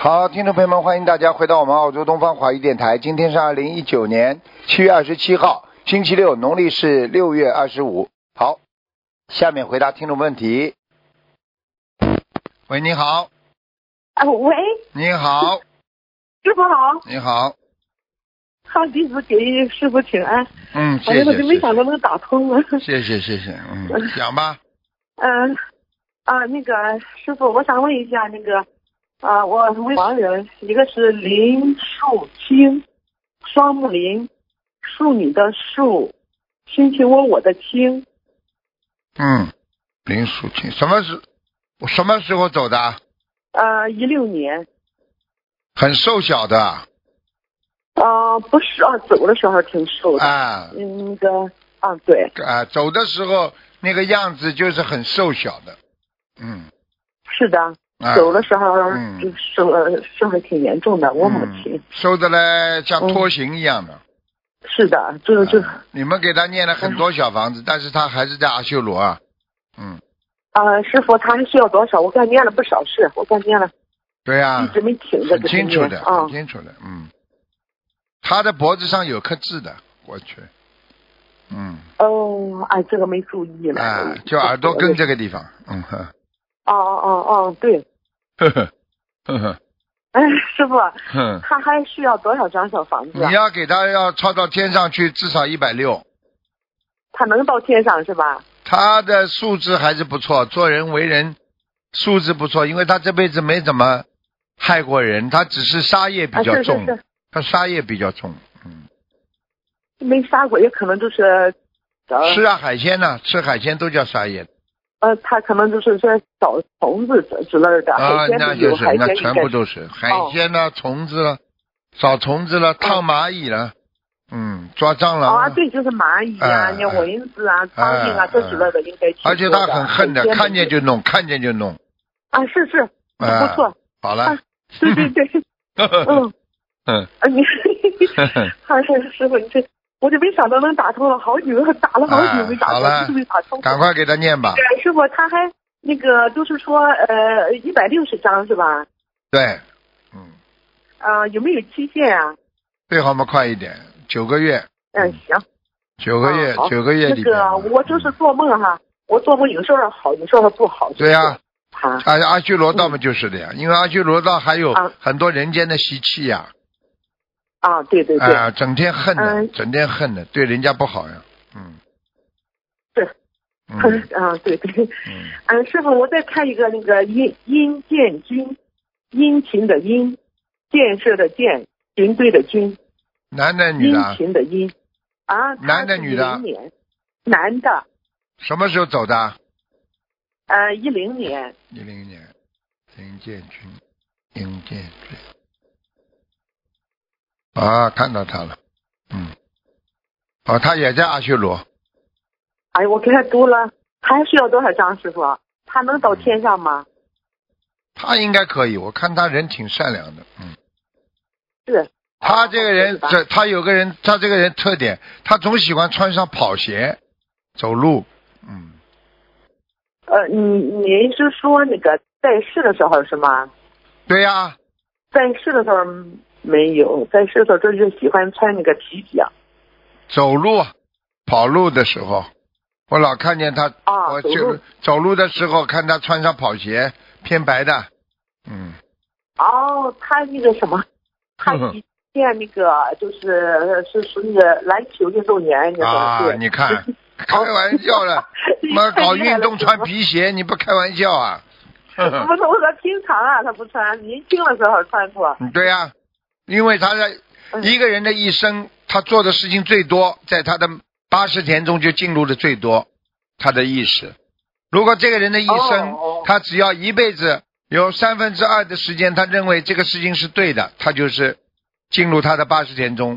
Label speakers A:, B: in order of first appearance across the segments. A: 好，听众朋友们，欢迎大家回到我们澳洲东方华语电台。今天是二零一九年七月二十七号，星期六，农历是六月二十五。好，下面回答听众问题。喂，你好，
B: 啊，喂，
A: 你好，
B: 师傅好，
A: 你好，
B: 好弟子给师傅请安。
A: 嗯，
B: 反
A: 谢
B: 正
A: 谢
B: 我就没想到能打通了。
A: 谢谢，谢谢谢谢，嗯，讲吧，
B: 嗯、啊，那个师傅，我想问一下那个，啊，我为盲人，一个是林树清，双木林，树女的树，卿卿我我的卿，
A: 嗯，林淑清，什么时我什么时候走的？
B: 呃，一六年，
A: 很瘦小的，啊
B: 呃，不是啊，走的时候挺瘦的，
A: 啊
B: 嗯，那个啊，对，
A: 啊，走的时候那个样子就是很瘦小的，嗯。
B: 是的，
A: 啊、
B: 走的时候
A: 嗯
B: 就瘦了，瘦的挺严重的，我母亲。
A: 嗯收的嘞，像拖行一样的。
B: 是的，就是嗯就
A: 啊你们给他念了很多小房子，但是他还是在阿修罗啊。嗯，
B: 呃，师傅他还需要多少？我看念了不少事，我看念了，
A: 对呀、
B: 一直没停
A: 嗯
B: 着
A: 很
B: 这个
A: 清楚
B: 念
A: 的，
B: 啊
A: 很。清楚的。嗯，他的脖子上有颗痣的，我去。嗯，
B: 哦，哎，这个没注意了。
A: 啊，就耳朵根
B: 着。
A: 这个地方。嗯呵
B: 哦哦哦哦，对。
A: 呵呵呵呵
B: 哎，师傅，
A: 哼，
B: 他还需要多少张小房子
A: 嗯你
B: 啊？
A: 要给他要抄到天上去，至少一百六。
B: 他能到天上是吧？
A: 他的素质还是不错，做人为人素质不错，因为他这辈子没怎么害过人，他只是杀业比
B: 啊，
A: 较
B: 是
A: 重，
B: 是是，
A: 他杀业比较重，嗯，
B: 没杀过，也可能就是，呃，
A: 吃啊海鲜呐、吃海鲜都叫杀业
B: 呃，他可能就是说找虫子之之类的，
A: 啊
B: 海，鲜
A: 那
B: 的
A: 就
B: 有
A: 是
B: 海
A: 那
B: 鲜哦
A: 全
B: 应该
A: 部都是海鲜啦、虫子啦、扫虫子啦、烫蚂蚁啦，嗯，抓蟑螂
B: 哦啊，
A: 啊，
B: 对，就是蚂蚁啊、
A: 哎
B: 那
A: 哎
B: 蚊子啊、苍蝇啊
A: 哎
B: 这之类的，应该去
A: 而且
B: 做
A: 他很恨
B: 的
A: 的，
B: 海鲜
A: 看见
B: 的
A: 就弄，看见就弄，
B: 啊，是是，
A: 啊
B: 不错，
A: 好了，
B: 对 对对，嗯，
A: 嗯，
B: 啊你，
A: 呵呵
B: 啊是师傅，你这我就没想到能打通了，好久打了好久没打
A: 哎好
B: 通，
A: 了
B: 就是没打通。
A: 赶快给他念吧，
B: 对，师傅他还那个就是说呃一百六十张是吧？
A: 对，嗯，
B: 啊、有没有期限啊？
A: 最好嘛快一点，九个月。
B: 嗯，行，
A: 九个月
B: 啊，好
A: 九个月
B: 那
A: 里边
B: 个
A: 嘛。
B: 我就是做梦哈，我做梦有时候好，有时候不好。
A: 对呀、
B: 啊，
A: 阿阿修罗道嘛就是的呀，因为阿修罗道还有
B: 啊
A: 很多人间的习气呀，
B: 啊，对对 对，
A: 啊，整天恨的，
B: 嗯
A: 整天恨的，对人家不好呀，嗯，
B: 是，
A: 嗯
B: 啊，对对，
A: 嗯，
B: 嗯，师傅，我再看一个那个殷殷建军，殷勤的殷，建设的建，军队的军，
A: 男的女
B: 殷
A: 的啊，
B: 勤的殷。啊，他
A: 男的
B: 是
A: 女的
B: 10年男的，
A: 什么时候走的啊？
B: 呃，一零年，
A: 一零年，林建军，林建军，啊，看到他了，嗯，哦，他也在阿修罗，
B: 哎，我给他读了，他还需要多少张，师傅？啊他能到天上吗？
A: 他应该可以，我看他人挺善良的，嗯。
B: 是。
A: 他这个人，
B: 这
A: 这他有个人，他这个人特点，他总喜欢穿上跑鞋走路。嗯，
B: 呃，你您是说那个在世的时候是吗？
A: 对呀、
B: 在世的时候没有，在世的时候就是喜欢穿那个皮夹
A: 走路、啊跑路的时候，我老看见他，
B: 啊，
A: 我
B: 走
A: 就
B: 路
A: 走路的时候看他穿上跑鞋，偏白的。嗯，
B: 哦，他那个什么，他
A: 嗯
B: 一见那个就是呃是属于篮球运动员那种，
A: 啊，
B: 对，
A: 你 看，开玩笑
B: 哦
A: 了，妈搞运动穿皮鞋，你不开玩笑啊？呵呵
B: 不是，我说平常啊，他不穿，年轻的时候穿过。
A: 嗯对呀、因为他在
B: 嗯
A: 一个人的一生，他做的事情最多，在他的八十天中就进入的最多，他的意识。如果这个人的一生，
B: 哦哦
A: 他只要一辈子有三分之二的时间，他认为这个事情是对的，他就是进入他的八十天中；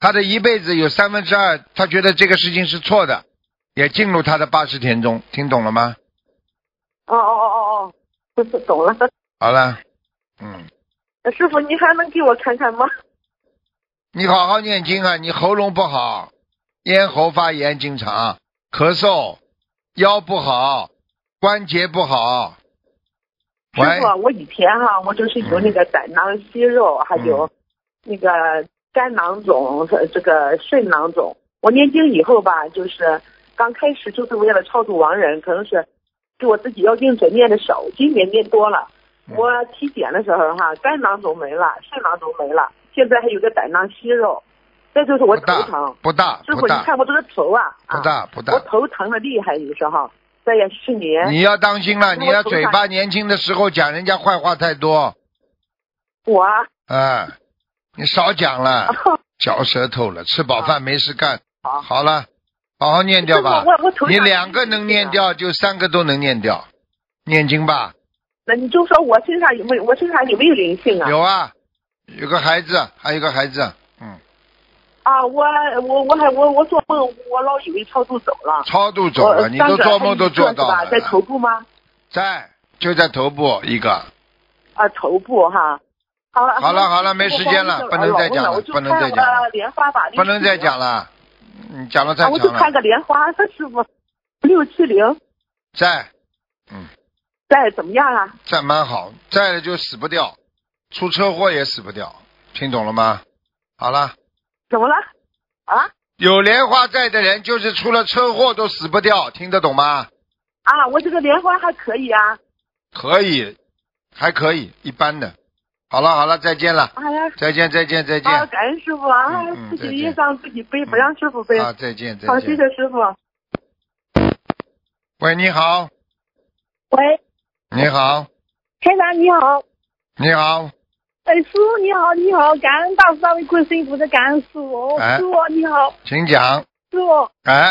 A: 他的一辈子有三分之二，他觉得这个事情是错的，也进入他的八十天中。听懂了吗？
B: 哦哦哦哦哦，懂了。
A: 好了，嗯，
B: 师傅，你还能给我看看吗？
A: 你好好念经啊！你喉咙不好，咽喉发炎，经常咳嗽，腰不好，关节不好，
B: 师傅，我以前哈、我就是有
A: 嗯
B: 那个胆囊息肉，还有那个肝囊肿，呃这个肾囊肿。我念经以后吧，就是刚开始就是为了超度亡人，可能是给我自己要定者念的少，今年念多了。
A: 嗯
B: 我体检的时候哈、肝囊肿没了，肾囊肿没了，现在还有个胆囊息肉，再就是我
A: 不
B: 头
A: 大
B: 疼。
A: 不大
B: 师
A: 不
B: 傅，你
A: 大
B: 看我这个头啊，
A: 不
B: 啊，
A: 大不
B: 我
A: 大，
B: 头疼的厉害，有时候。再也去年，
A: 你要当心了，
B: 如
A: 你
B: 果
A: 要
B: 头
A: 嘴
B: 上
A: 巴年轻的时候讲人家坏话太多，
B: 我
A: 啊，你少讲了，
B: 啊
A: 嚼舌头了，吃饱饭没事干，
B: 好
A: 好了，好好念掉吧
B: 师傅。我我头
A: 你
B: 上
A: 两个能念掉，就三个都能念掉，念经吧。
B: 那你就说我身上有没有我身上有没有灵性啊？
A: 有啊，有个孩子，还有个孩子，嗯，
B: 啊，我我我还我我做梦，我老以为超度走了，
A: 超度走
B: 我
A: 了，你都做梦都做到
B: 当时
A: 了
B: 还有一个是吧，在头部吗？
A: 在就在头部一个。
B: 啊，头部哈。好了
A: 好了好了没时间了不能再讲了
B: 哎我就
A: 不能再讲了
B: 看个莲花吧，
A: 不能再讲
B: 了。
A: 了，你讲的太
B: 啊，
A: 长
B: 我就看
A: 了。
B: 个莲花，师傅，六七零，
A: 在
B: 在怎么样啊？
A: 在蛮好，在了就死不掉，出车祸也死不掉，听懂了吗？好了，
B: 怎么了？啊
A: 有莲花在的人，就是出了车祸都死不掉，听得懂吗？
B: 啊，我这个莲花还可以啊。
A: 可以，还可以，一般的。好了好了，再见了，
B: 哎呀，
A: 再见再见再见，
B: 啊，感恩师傅啊
A: 嗯嗯，
B: 自己
A: 再
B: 的
A: 见
B: 业障自己背，不让师傅背。
A: 啊再见再
B: 好，谢
A: 见。
B: 谢师傅。
A: 喂，你好，
C: 喂，
A: 你好，
C: 台长你好，
A: 你好，
C: 哎，师傅你好，你好，感恩大慈大悲观世音菩萨，感恩师傅，
A: 哎
C: 师傅你好，
A: 请讲。
C: 师傅，
A: 哎，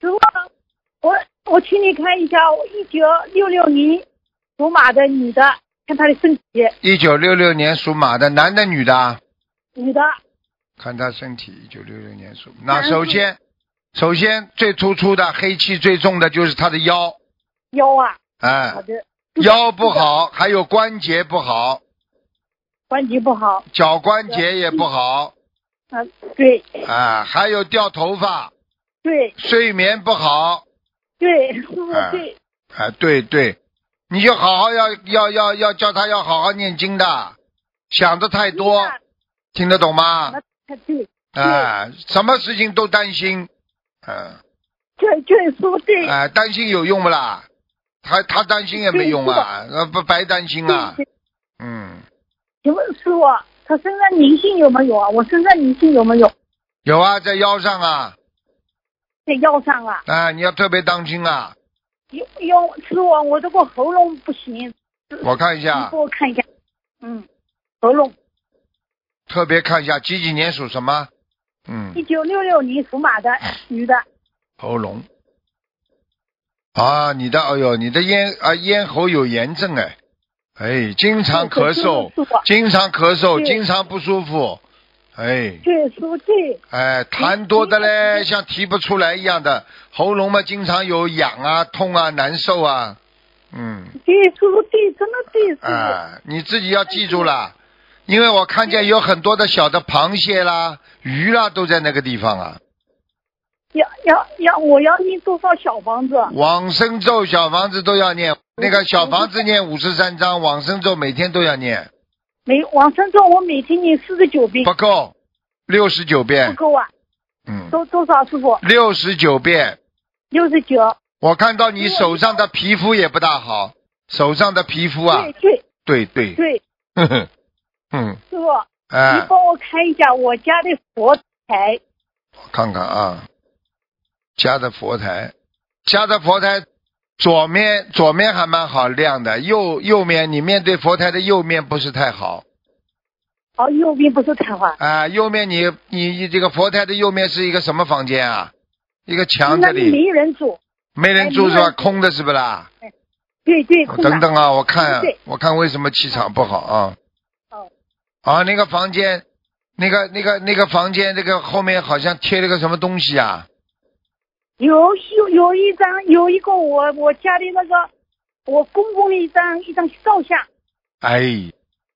C: 师傅，我我请你看一下，我一九六六年属马的女的，看她的身体，
A: 一九六六年属马的，男的女的啊？
C: 女的，
A: 看他身体，一九六六年属。那首先，首先最突出的黑气最重的就是他的腰，
C: 腰啊，
A: 哎
C: 好，的，
B: 嗯
A: 腰不好，还有关节不好，
C: 关节不好，
A: 脚关节也不好，
C: 嗯、对
A: 啊，还有掉头发，
C: 对
A: 睡眠不好，
C: 对，师傅
A: 哎
C: 对，
A: 啊，对对，你就好好要要要要叫他要好好念经的，想的太多，听得懂吗？
C: 那啊对，
A: 啊，什么事情都担心，嗯、
C: 对对，师傅对，
A: 哎，担心有用不啦？他他担心也没用啊，呃不白担心啊
C: 对。
A: 嗯，
C: 请问师傅，她身上灵性有没有啊？我身上灵性有没有？
A: 有啊，在腰上啊，
C: 在腰上啊？
A: 啊，你要特别当心啊。
C: 有有，师傅，我这个喉咙不行，
A: 我看一
C: 你
A: 下
C: 给，我看一下。嗯，喉咙，
A: 特别看一下几几年属什么？
C: 一
A: 嗯，
C: 九六六年属马的
A: 哎
C: 女的，
A: 喉咙。啊，你的，哎呦，你的咽啊咽喉有炎症哎，哎，经常咳嗽
C: 对，对
A: 经常咳嗽，
C: 对
A: 经常不舒服，哎。
C: 对，师傅对，
A: 哎，痰多的嘞，像提不出来一样的，喉咙嘛经常有痒啊、痛啊、难受啊，嗯，
C: 对，师傅对，真的对，师傅、
A: 啊，你自己要记住啦，因为我看见有很多的小的螃蟹啦、鱼啦都在那个地方啊。
C: 要要要，我要念多少小房子？
A: 往生咒、小房子都要念，那个小房子念五十三章，往生咒每天都要念，
C: 每往生咒我每天念四十九遍
A: 不，够，六十九
C: 不
A: 遍，
C: 够啊，
A: 嗯，
C: 多多少师傅？
A: 六十九遍。
C: 六十九，
A: 我看到你手上的皮肤也不大好，手上的皮肤啊
C: 对，对
A: 对对。
C: 对，
A: 哼哼，嗯，
C: 师傅，
A: 哎
C: 你，帮我看一下我家的佛台，
A: 我看看啊，家的佛台，家的佛台左面左面还蛮好亮的，右右面你面对佛台的右面不是太好
C: 哦，右边不是昙花，
A: 啊、右面你你你这个佛台的右面是一个什么房间啊？一个墙
C: 那
A: 这
C: 里
A: 里
C: 没人住，
A: 没人住是吧？
C: 哎没人
A: 空的是不啦？
C: 对对，空
A: 等
C: 的，
A: 等啊，我看
C: 对
A: 我看为什么气场不好啊？
C: 哦，
A: 啊，那个房间，那个那个那个房间，那个后面好像贴了个什么东西啊？
C: 有有有一张，有一个我我家里那个我公公的一张一张照相
A: 哎，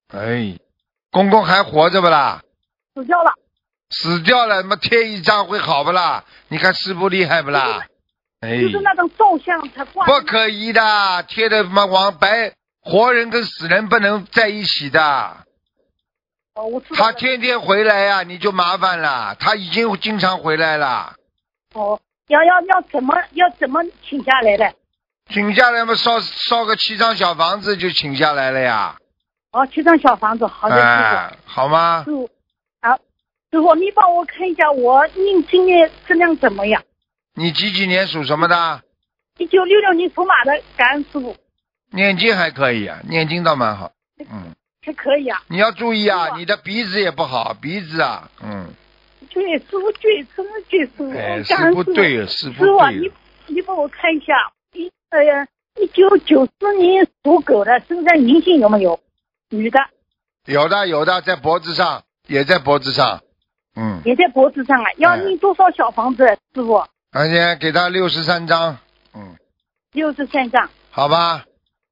A: 哎，公公还活着不啦？
C: 死掉了，
A: 死掉了，他妈贴一张会好不啦？你看师傅厉害不啦？哎，
C: 就是那张照相才挂。
A: 不可以的，贴的他妈往白活人跟死人不能在一起的。
D: 哦，我知道
A: 他
D: 了。
A: 天天回来呀、你就麻烦了。他已经经常回来了，
D: 哦，要要要怎么要怎么请下来的？
A: 请下来嘛，烧烧个七张小房子就请下来了呀。
D: 哦，七张小房子，好的，
A: 哎，好吗
D: 师？傅。师傅，好，师傅，你帮我看一下我念经的质量怎么样？
A: 你几几年属什么的？
D: 一九六六年属马的，感恩师傅，
A: 念经还可以啊，念经倒蛮好。嗯，
D: 还可以啊。
A: 你要注意
D: 是
A: 啊，
D: 吗
A: 你的鼻子也不好，鼻子啊，嗯，
D: 对，师傅对，真的对，师傅，
A: 哎，是
D: 感恩师
A: 不
D: 傅。
A: 对，是
D: 师
A: 不
D: 傅啊，
A: 对
D: 你。你帮我看一下，一呃，一九九四年属狗的身上灵性有没有？女的
A: 有的有的，在脖子上，也在脖子上，嗯，
D: 也在脖子上啊，要
A: 哎
D: 念多少小房子？师傅，
A: 而且给他六十三张，嗯，
D: 六十三张。
A: 好吧，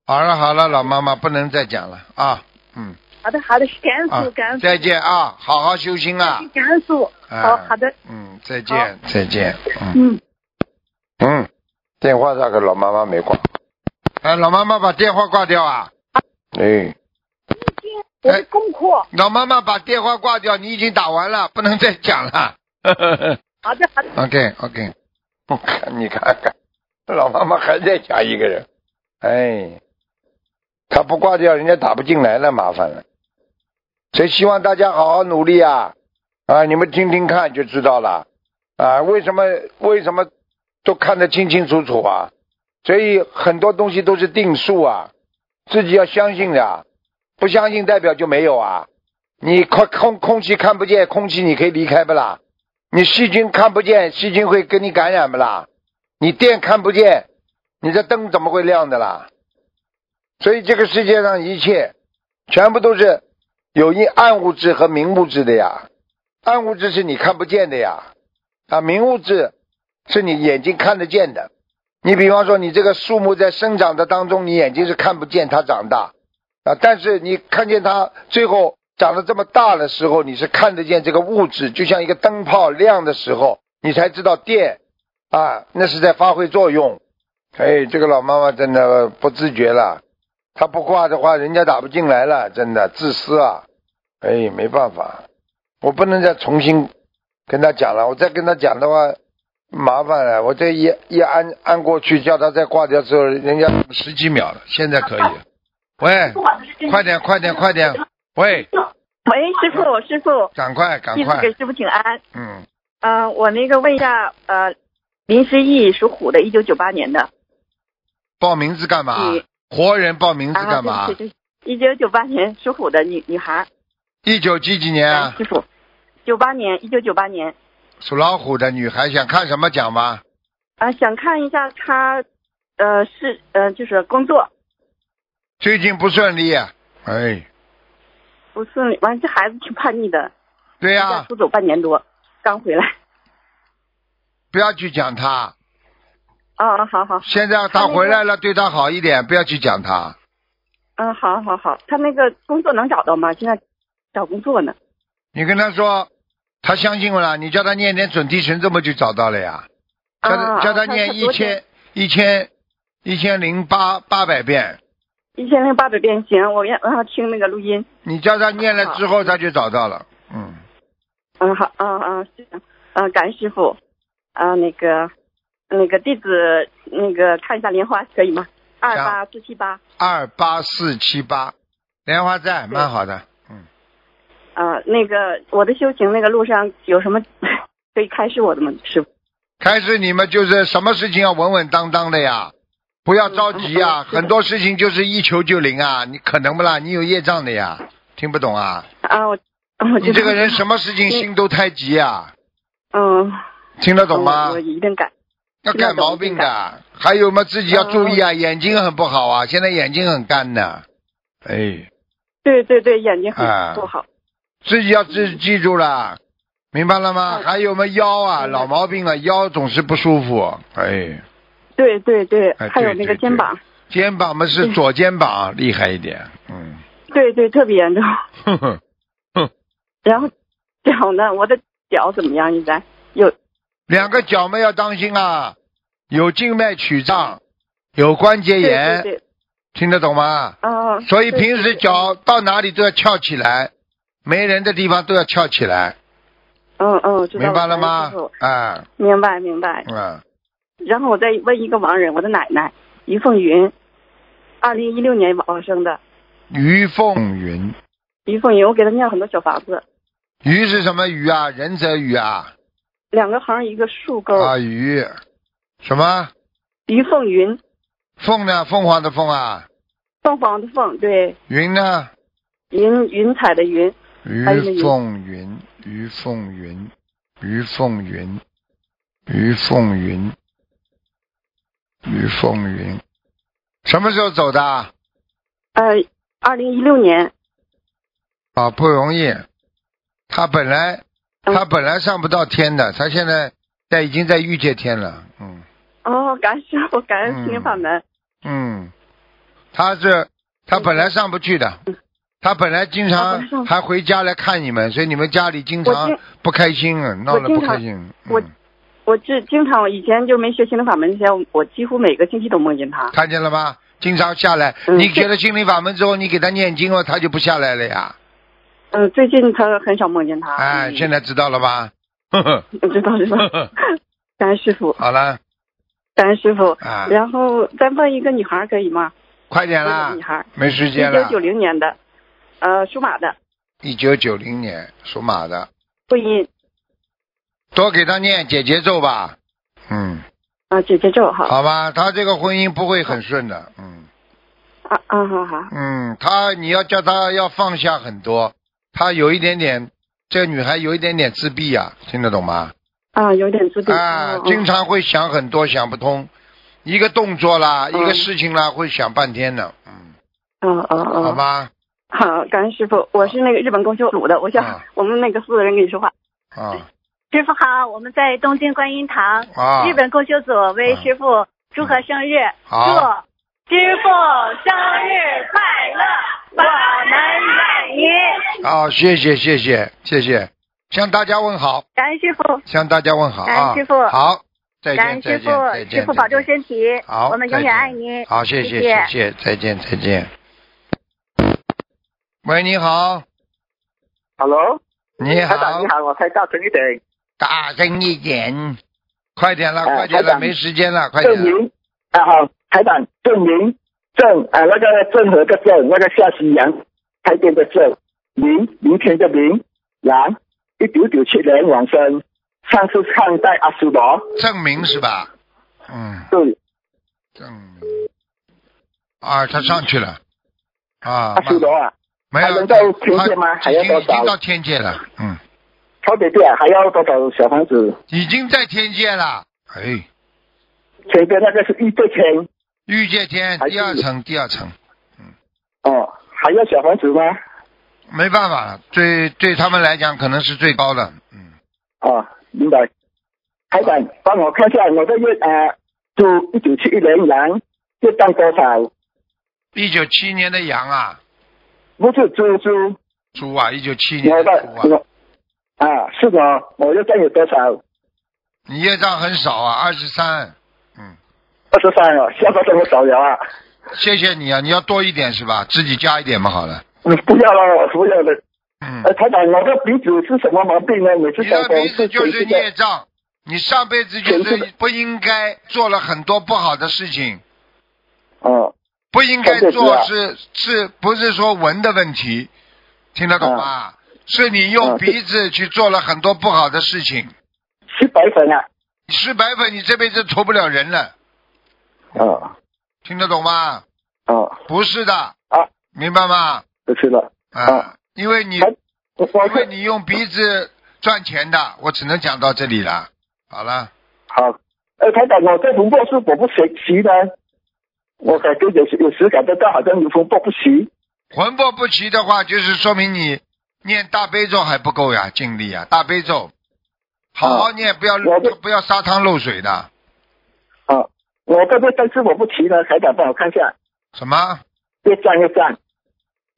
A: 好了好了，老妈妈不能再讲了啊，嗯
D: 好的，好的，感恩师
A: 啊
D: 傅，感恩，师
A: 再见啊，好好修心啊
D: 傅，，感恩师傅。好
A: 啊
D: 好的，
A: 嗯，再见再见，嗯
D: 嗯。
A: 嗯，电话那个老妈妈没挂，哎，老妈妈把电话挂掉啊，哎，
D: 我的功课，
A: 老妈妈把电话挂掉，你已经打完了，不能再讲了。
D: 好的，好的，
A: OK OK，你看看，老妈妈还在家一个人，哎，他不挂掉，人家打不进来了，麻烦了。所以希望大家好好努力啊！啊，你们听听看就知道了啊，为什么为什么都看得清清楚楚啊？所以很多东西都是定数啊，自己要相信的，不相信代表就没有啊。你空空空气看不见，空气你可以离开不啦？你细菌看不见，细菌会给你感染不啦？你电看不见，你这灯怎么会亮的啦？所以这个世界上一切全部都是有一暗物质和明物质的呀。暗物质是你看不见的呀，啊，明物质是你眼睛看得见的。你比方说，你这个树木在生长的当中，你眼睛是看不见它长大啊，但是你看见它最后长得这么大的时候，你是看得见这个物质，就像一个灯泡亮的时候，你才知道电啊，那是在发挥作用。哎，这个老妈妈真的不自觉了，她不挂的话，人家打不进来了，真的自私啊！哎，没办法，我不能再重新跟她讲了，我再跟她讲的话。麻烦了，我这一一按按过去，叫她再挂掉之后，人家十几秒了，现在可以了。喂，快点，快点，快点！喂，
B: 喂，师傅，师傅，
A: 赶快，赶
B: 弟子
A: 快
B: 给！师傅请安。
A: 嗯，
B: 嗯、我那个问一下，呃，林诗意属虎的，一九九八年的。
A: 报名字干嘛
B: 你？
A: 活人报名字
B: 啊，
A: 干嘛
B: 对？不起，一九九八年属虎的女女孩。呃
A: 一九几几年啊？
B: 师傅，九八年，一九九八年。
A: 属老虎的女孩想看什么奖吗？
B: 啊、想看一下她，呃，是呃，就是工作
A: 最近不顺利，哎，
B: 不顺利，完这孩子挺叛逆的，
A: 对哎呀、
B: 在出走半年多，刚回来。
A: 不要去讲他。
B: 啊、啊，好好，
A: 现在他回来
B: 啊
A: 了，对他好一点，不要去讲他。
B: 嗯，好好好，她那个工作能找到吗？现在找工作呢。
A: 你跟他说，他相信了，你叫他念点准提神咒嘛，就找到了呀。叫他、
B: 啊，
A: 叫他
B: 她
A: 念一，
B: 她昨天
A: 千一千一千零八八百遍，
B: 一千零八百遍行，我也我要听那个录音。
A: 你叫他念了之后，他就找到了。嗯。
B: 嗯，好，嗯嗯，是的，嗯，感恩师傅。啊，那个，那个弟子，那个看一下莲花可以吗？二八四七八，
A: 二八四七八，莲花寨蛮好的，嗯，
B: 啊，那个我的修行那个路上有什么 可以开示我的吗，师傅？
A: 开始你们就是什么事情要稳稳当当的呀，不要着急呀，
B: 嗯嗯是的
A: 很多事情就是一求就灵啊，你可能不啦？你有业障的呀，听不懂啊？
B: 啊，我我嗯
A: 你
B: 知道
A: 这个人，什么事情心都太急呀，
B: 嗯，
A: 听得懂吗
B: 我我？一定改。
A: 要改毛病的，还有嘛自己要注
B: 嗯
A: 意啊，眼睛很不好啊，现在眼睛很干的，哎，
B: 对对对，眼睛很
A: 啊
B: 不好。
A: 自己要记记住了，明白了吗？
B: 嗯
A: 还有嘛腰啊，
B: 明白
A: 老毛病了，腰总是不舒服，哎。
B: 对对对，
A: 哎
B: 还有
A: 对
B: 那个
A: 对
B: 肩膀，
A: 肩膀嘛
B: 嗯
A: 是左肩膀厉害一点，嗯，
B: 对对，特别严重。
A: 哼哼，
B: 然后脚呢，我的脚怎么样？现在有
A: 两个脚嘛要当心啊，有静脉曲张，有关节
B: 对
A: 炎，
B: 对对，
A: 听得懂吗？
E: 嗯，
A: 所以
E: 对
A: 平时脚到哪里都要翘起来，没人的地方都要翘起来，
E: 嗯嗯，知道
A: 明白了
E: 感恩
A: 吗
E: 师傅？
A: 啊，
E: 明白明白。
A: 嗯，
E: 然后我再问一个亡人，我的奶奶于凤云，二零一六年往生的
A: 于凤云，
E: 于凤云，我给她念了很多小房子，
A: 鱼是什么鱼啊？仁者鱼啊？
E: 两个横一个竖钩。
A: 啊，鱼，什么
E: 于凤云，
A: 凤呢？凤凰的凤啊，
E: 凤凰的凤，对，
A: 云呢？
E: 云云彩的云，还有一个
A: 于
E: 云
A: 凤云，于凤云，于凤云，于凤云，于凤云，什么时候走的啊？
E: 呃，二零一六年，
A: 啊，不容易。他本来
E: 嗯
A: 他本来上不到天的，他现在在已经在御界天了。嗯
E: 哦，感恩师傅，感恩心灵法门，
A: 嗯，他是他本来上不去的
E: 嗯，
A: 他本来经
E: 他本来上不
A: 常还回家来看你们，所以你们家里经
E: 我
A: 常
E: 经
A: 不开心啊，闹得
E: 经
A: 不开
E: 常
A: 心。
E: 我
A: 嗯
E: 我这经常以前就没学心灵法门之前，我我几乎每个星期都梦见他。
A: 看见了吗？经常下来，
E: 嗯
A: 你学了心灵法门之后，你给他念经了，他就不下来了呀。
E: 嗯，最近他很少梦见他。
A: 哎，现在知道了 吧？呵呵
E: 在知道知 道
A: 呵。呵，
E: 感恩师傅，
A: 好了
E: 感恩师傅。
A: 啊，
E: 然后再问一个女孩儿可以吗？
A: 快点
E: 问一
A: 啦
E: 个女，孩儿，
A: 没时
E: 一
A: 间
E: 九
A: 了
E: 九。零年的，呃，属马的，
A: 一九九零年属马的，
E: 婚姻
A: 多给他念解结咒吧。嗯，
E: 啊，姐姐咒哈。
A: 好吧，他这个婚姻不会很顺的。嗯
E: 啊啊好好，
A: 嗯，他你要叫他要放下很多，他有一点点，这个女孩有一点点自闭呀、听得懂吗？
E: 啊，有点
F: 嗯
E: 自闭。
A: 啊
E: 哦，
A: 经常会想很多，想不通，一个动作啦，
E: 嗯
A: 一个事情啦，会想半天的。嗯，
E: 哦哦哦。
A: 好。吧，
E: 好，感恩师傅，我是那个日本公修组的，我
A: 啊
E: 想我们那个四个人跟你说话。
F: 嗯
A: 啊
F: 师傅好，我们在东京观音堂，
A: 啊嗯
F: 日，本共修组为师傅祝贺生日，祝
A: 好，
F: 师傅生日快乐，我们爱你，
A: 好，谢谢谢谢谢谢，向大家问好。
F: 感恩师傅，
A: 向大家问好
F: 感
A: 啊！
F: 恩师傅
A: 好，再
F: 感
A: 见再
F: 恩师
A: 见
F: 傅
A: 再，见，
F: 师傅保重
A: 体。
F: 身体，
A: 好，
F: 我们永远
A: 再见
F: 爱你，
A: 好，谢谢
F: 谢谢
A: 谢谢，再见再见。喂，你好，
G: Hello，
A: 你
F: 哎
G: 台长
A: 好
G: 你，好，我开大声一点。
A: 大声一点，快点了，
G: 呃
A: 快点
G: 台
A: 了，
G: 长
A: 没时间了，快点
G: 郑
A: 了。
G: 明啊，好，台长郑明郑啊，那个郑和的郑，那个下西洋开店的郑，明明天的明，然一九九七年往生，上次看在阿修罗，
A: 证明是吧？嗯，
G: 对，
A: 证明。啊，他上去了。啊
G: 阿，修罗啊，
A: 没有，
G: 还能到天界吗
A: 他
G: 还
A: 已
G: 要
A: 经
G: 多
A: 已经
G: 少
A: 到天界了，嗯，
G: 超姐姐啊还要多少小房子？
A: 已经在天界了。哎，
G: 前边那个是一对千
A: 御界天
G: 还是
A: 第二层，第二层。
G: 哦，还要小房子吗？
A: 没办法，对对他们来讲可能是最高的，嗯，
G: 哦，明白。台长，帮我看一下我的月啊，就一九七一年羊月当多少？
A: 一九七年的羊啊，
G: 不是猪猪。
A: 猪啊，一九七
G: 我
A: 年的
G: 的
A: 猪啊，
G: 啊，是我，我又占有多少？
A: 你业障很少啊，二十三，嗯，
G: 二十三哦，下个这么少了啊？
A: 谢谢你啊，你要多一点是吧？自己加一点嘛，好了，
G: 你不要了，我不要了。
A: 嗯，
G: 呃，台长，我的鼻子是什么毛病呢？每次
A: 你
G: 高
A: 的
G: 峰
A: 鼻子就
G: 谁
A: 是
G: 知道
A: 业障，你上辈子就
G: 全是
A: 是不应该做了很多不好的事情，
G: 哦，
A: 不应该
G: 全是
A: 做
G: 啊
A: 是是不是说闻的问题，听得懂
G: 啊
A: 吗？是你用
G: 嗯是
A: 鼻子去做了很多不好的事情。
G: 是白粉啊。
A: 你吃白粉，你这辈子投不了人了，
G: 哦
A: 听得懂吗？
G: 哦，
A: 不是的，
G: 啊，
A: 明白吗？
G: 不是了。
A: 啊，
G: 啊
A: 因为你
G: 还我我
A: 因为你用鼻子赚钱的，我只能讲到这里了。好了，
G: 好，呃，台长，我这魂魄是我不学习的，我感觉有时有时感觉到好像有魂魄不齐。
A: 魂魄不齐的话，就是说明你念大悲咒还不够呀，尽力呀，大悲咒，好好念，不要
G: 啊我这
A: 不要沙汤漏水的。
G: 啊，我这边但是我不齐呢，台长帮我看一下，
A: 什么
G: 越站越站。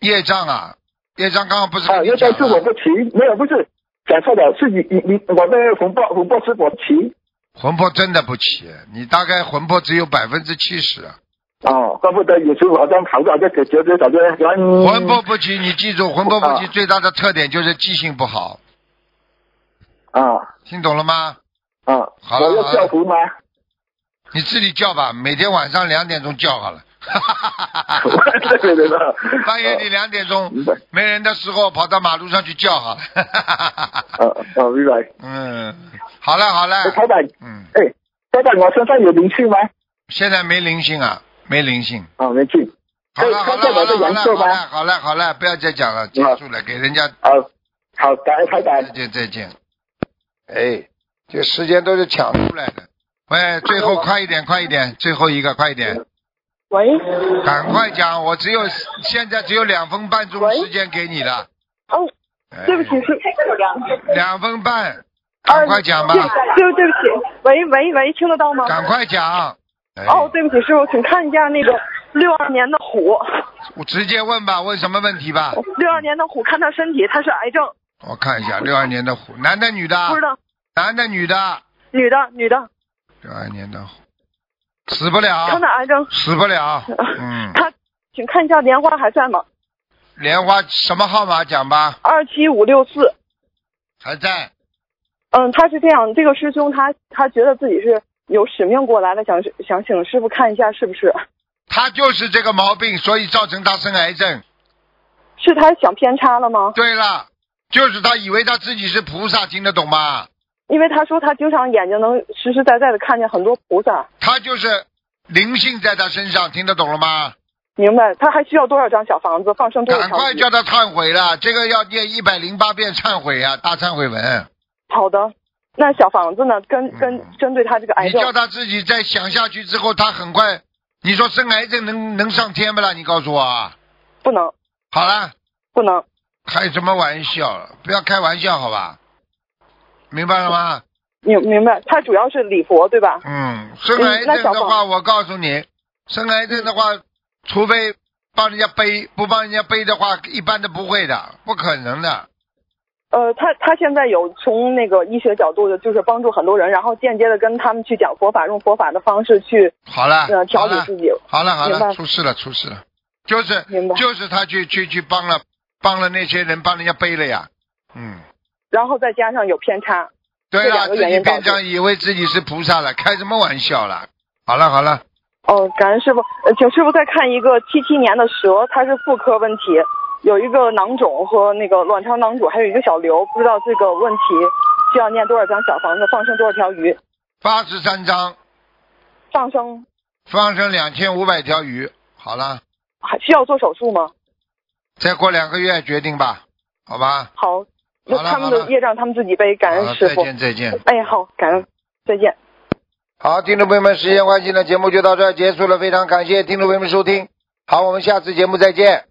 A: 业障啊？业障刚刚不是
G: 啊，
A: 跟
G: 原
A: 你
G: 来
A: 讲
G: 是我
A: 了？
G: 不齐，没有，不是讲错了，是你你你，我的红包红包是我齐
A: 魂魄真的不齐，你大概魂魄只有百分之七十。啊
G: 哦，怪不得有时候好像考不好就觉觉得感觉喜欢
A: 魂魄不齐，你记住，魂魄不齐
G: 啊
A: 最大的特点就是记性不好，
G: 啊
A: 听懂了吗？
G: 啊，
A: 好了好
G: 我要
A: 了
G: 校服吗？
A: 你自己叫吧，每天晚上两点钟叫好了。
G: 对对对对，
A: 半夜里两点钟
G: 明白，
A: 没人的时候跑到马路上去叫好了。
G: 啊啊，明白。
A: 嗯，好了好了
G: 哎，，台长，
A: 嗯，
G: 哎，台长，我身上有灵性吗？
A: 现在没灵性啊，没灵性。
G: 啊，没去。
A: 好了好
G: 看
A: 了
G: 看
A: 好
G: 我的
A: 了好
G: 阳
A: 了
G: 寿
A: 好了
G: 吧。
A: 好了好了，不要再讲了，结束了，给人家
G: 好，好，感恩台
A: 再
G: 长。
A: 见再见。哎，这时间都是抢出来的。喂，最后快一点，快一点，最后一个快一点，
B: 喂，
A: 赶快讲，我只有现在只有两分半钟时间给你了。
B: 哦，
A: 哎
B: 对不起，是
A: 两分半，赶快讲吧，
B: 对对不起，喂喂喂，听得到吗？
A: 赶快讲。哎
B: 哦，，对不起，师傅，请看一下那个六二年的虎，
A: 我直接问吧，问什么问题吧？
B: 六二年的虎，看他身体，他是癌症，
A: 我看一下，六二年的虎，男的女的？
B: 不知道，
A: 男的女的？
B: 女的女的，
A: 啊六二年的虎，死不
B: 看
A: 了
B: 他，癌症，
A: 死不 了。嗯，
B: 他，请看一下莲花还在吗？
A: 莲花什么号码讲吧？
B: 二七五六四，
A: 还在。
B: 嗯，他是这样，这个师兄他他觉得自己是有使命过来的，想想请师傅看一下是不是，
A: 他就是这个毛病，所以造成他生癌症。
B: 是他想偏差了吗？
A: 对了，就是他以为他自己是菩萨，听得懂吗？
B: 因为他说他经常眼睛能实实在在的看见很多菩萨，
A: 他就是灵性在他身上，听得懂了吗？
B: 明白？他还需要多少张小房子放生多少
A: 赶
B: 条
A: 快
B: 鱼？
A: 叫他忏悔了，这个要念一百零八遍忏悔啊，大忏悔文。
B: 好的，那小房子呢？跟跟
A: 嗯
B: 针对他这个癌
A: 你
B: 症
A: 叫，他自己再想下去之后，他很快，你说生癌症能能上天不啦？你告诉我啊。
B: 不能
A: 好了，
B: 不能，
A: 开什么玩笑？不要开玩笑，好吧？明白了吗？
B: 明明白？他主要是礼佛对吧？
A: 嗯，生癌
B: 哎那
A: 症
B: 小
A: 的话，我告诉你，生癌症的话，除非帮人家背，不帮人家背的话，一般都不会的，不可能的。
B: 呃，他他现在有从那个医学角度的，就是帮助很多人，然后间接的跟他们去讲佛法，用佛法的方式去
A: 好了，
B: 呃
A: 啊好
B: 调理
A: 了，
B: 自己。
A: 好了好
B: 明白
A: 了，出事了出事了，就是
B: 明白
A: 就是他去去去帮了帮了那些人，帮人家背了呀，嗯。
B: 然后再加上有偏差，
A: 对
B: 这
A: 了，
B: 两个
A: 自
B: 原
A: 己
B: 因导
A: 变
B: 致
A: 成以为自己是菩萨了，开什么玩笑了？好了好了，
B: 哦，感恩师傅，呃请师傅再看一个七七年的蛇，它是妇科问题，有一个囊肿和那个卵巢囊肿，还有一个小瘤，不知道这个问题需要念多少张小房子，放生多少条鱼，
A: 八十三章，
B: 放生
A: 放生两千五百条鱼，好了，
B: 还需要做手术吗？
A: 再过两个月决定吧，好吧？
B: 好，那
A: 好了
B: 他们
A: 好
B: 的
A: 了
B: 业障他们自己背，感
A: 好
B: 恩师
A: 再
B: 傅。
A: 见再见。
B: 哎，好，感恩，再见。
A: 好，听众朋友们，时间关系呢，节目就到这儿结束了，非常感谢听众朋友们收听，好，我们下次节目再见。